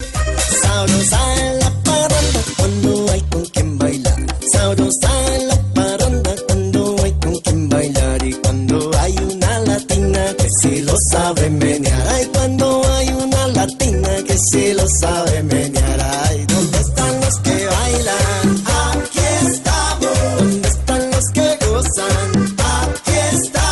Sabrosa la paranda cuando hay con quien bailar. Sabrosa la paranda cuando hay con quien bailar. Y cuando hay una latina que sí lo sabe menear. Ay, cuando hay una latina que sí lo sabe menear. Ay, ¿dónde están los que bailan? Aquí estamos. ¿Dónde están los que gozan? Aquí estamos.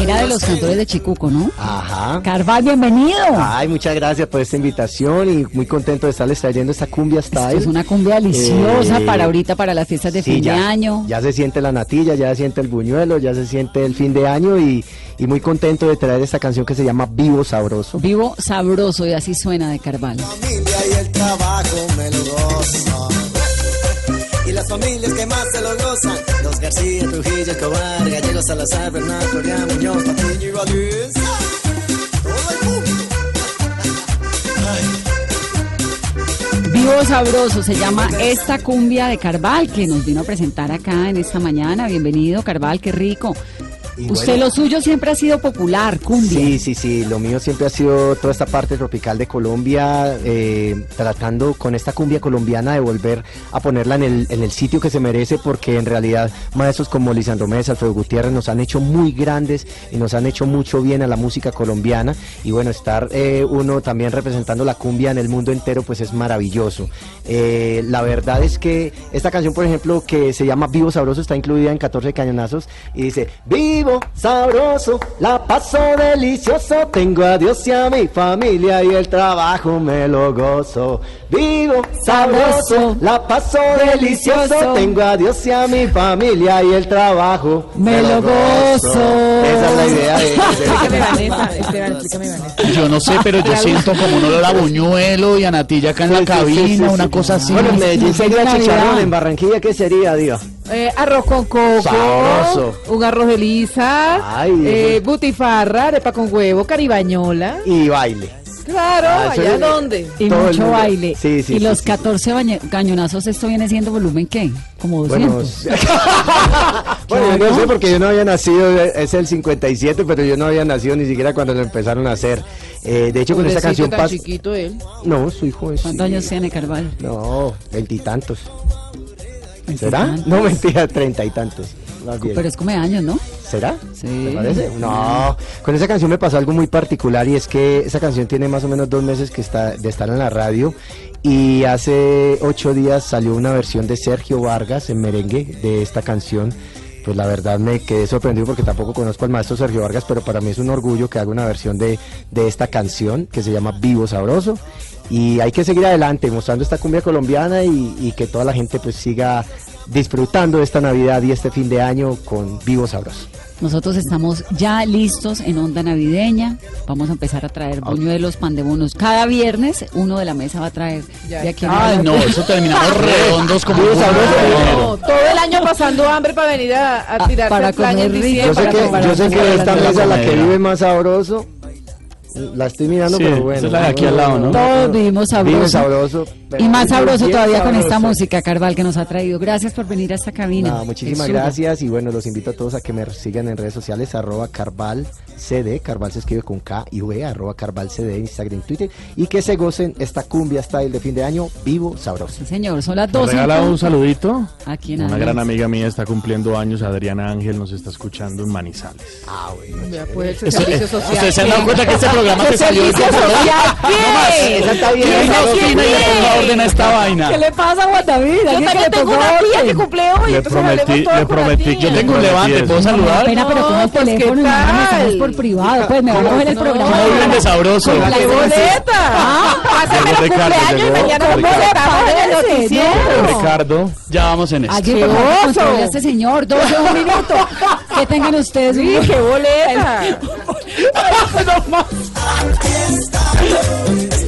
Era de los cantores de Chicuco, ¿no? Ajá. Carval, bienvenido. Ay, muchas gracias por esta invitación y muy contento de estarles trayendo esta cumbia Esto style. es una cumbia deliciosa Eh, para ahorita, para las fiestas de Sí, fin de ya, año. ya se siente la natilla, ya se siente el buñuelo, ya se siente el fin de año y, y muy contento de traer esta canción que se llama Vivo Sabroso. Vivo sabroso y así suena de Carval. familia y el trabajo me lo gozan. Y las familias que más se lo gozan. Los García, Trujillo, Escobar, Gallego, Salazar, Bernal, Correa, Muñoz, Patiño y Valencia. Todo el mundo. Vivo sabroso se llama esta cumbia de Carval que nos vino a presentar acá en esta mañana. Bienvenido, Carval, qué rico. Y Usted bueno. lo suyo siempre ha sido popular, cumbia. Sí, sí, sí, lo mío siempre ha sido toda esta parte tropical de Colombia, eh, tratando con esta cumbia colombiana de volver a ponerla en el, en el sitio que se merece, porque en realidad maestros como Lisandro Mesa, Alfredo Gutiérrez nos han hecho muy grandes y nos han hecho mucho bien a la música colombiana. Y bueno, estar eh, uno también representando la cumbia en el mundo entero, pues es maravilloso. Eh, la verdad es que esta canción, por ejemplo, que se llama Vivo Sabroso, está incluida en 14 cañonazos y dice, Vivo Sabroso, la paso delicioso, tengo a Dios y a mi familia y el trabajo me lo gozo. Vivo Sabroso, la paso delicioso, tengo a Dios y a mi familia y el trabajo Me lo gozo. Esa es la idea de- de- de- Yo no sé, pero yo siento como un olor a buñuelo y a natilla acá en la Sí, sí, sí, cabina, sí, una sí. cosa así. Bueno, en sí, Medellín sería Navidad. chicharrón, en Barranquilla, ¿qué sería, Dios? Eh, arroz con coco, Sabroso. un arroz de lisa, Ay, eh, eso. butifarra, arepa con huevo, caribañola. Y baile. Claro, Ah, eso ¿allá es- dónde? Y Todo el mucho mundo. baile. Sí, sí, y sí, los sí, 14 bañe- cañonazos, esto viene siendo volumen, ¿qué? Como 200. Bueno, bueno, yo no sé porque yo no había nacido, eh, es el 57, pero yo no había nacido ni siquiera cuando lo empezaron a hacer. Eh, de hecho, con esta canción Pobrecito, tan pas- chiquito él. No, su hijo es. ¿Cuántos años tiene Carval? No, veintitantos. ¿Será? Veintitantos. No, mentira, treinta y tantos. más bien. Pues, Pero es como de años, ¿no? ¿Será? Sí. ¿Te parece? No. Con esa canción me pasó algo muy particular y es que esa canción tiene más o menos dos meses que está, de estar en la radio y hace ocho días salió una versión de Sergio Vargas en merengue de esta canción. Pues la verdad me quedé sorprendido porque tampoco conozco al maestro Sergio Vargas, pero para mí es un orgullo que haga una versión de, de esta canción que se llama Vivo Sabroso. Y hay que seguir adelante mostrando esta cumbia colombiana y, y que toda la gente pues siga disfrutando de esta Navidad y este fin de año con Vivo Sabroso. Nosotros estamos ya listos en Onda Navideña. Vamos a empezar a traer buñuelos, pan de bonos. Cada viernes uno de la mesa va a traer de aquí en Ah, Ay, adelante. no, eso terminamos redondos como Vivo sabroso. No, todo el año pasando hambre para venir a, a Ah, tirarse para al plan en comer rico. Yo diciembre. sé para que, comparar yo sé con que la esta de la mesa la que comedera. vive más sabroso, la estoy mirando, Sí, pero esa bueno. es la de aquí al lado, ¿no? Todos vivimos sabroso. Vive sabroso. pero Y más vive sabroso bien todavía con esta sabroso. música, Carval, que nos ha traído. Gracias por venir a esta cabina. Nada, muchísimas Jesús. gracias y bueno, los invito a todos a que me sigan en redes sociales, arroba carval cd, carval se escribe con K y V, arroba carval cd, Instagram, Twitter, y que se gocen esta cumbia style de fin de año, vivo, sabroso. Sí, señor, son las ¿Me 12. regala un saludito? Aquí en Una adelante. gran amiga mía está cumpliendo años, Adriana Ángel, nos está escuchando en Manizales. eh, Ya, pues, el servicio social. ¿Ustedes se han dado cuenta que este programa se salió de control? Esa está bien. Venga, sabrosa. Ospina, y le ponga orden a esta vaina. ¿Qué le pasa a Juan David? Yo Alguien que también le tengo ponga una tía orden. que cumple hoy, Le entonces hablemos prometí, todas le con la prometí. tía. Yo tengo un levante, ¿puedo saludar? Espera, pero coge el No, pues, ¿qué teléfono, no, no, tal? estamos por privado. Pues me va a coger el No, programa. No hablen de sabroso. Con la- ¡Qué boleta! Pásame el Llegó Ricardo, cumpleaños y llegó mañana nos Ricardo. molestamos en el Parece, noticiero. Ricardo, ya vamos en esto. Alguien por favor, ¡Qué oso! controle a este señor, 12 un minuto. Que tengan ustedes un Sí, qué boleta. Aquí estamos.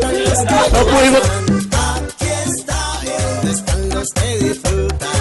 ¿Dónde están los los que No pudimos. gozan. Aquí está donde están los que disfrutan.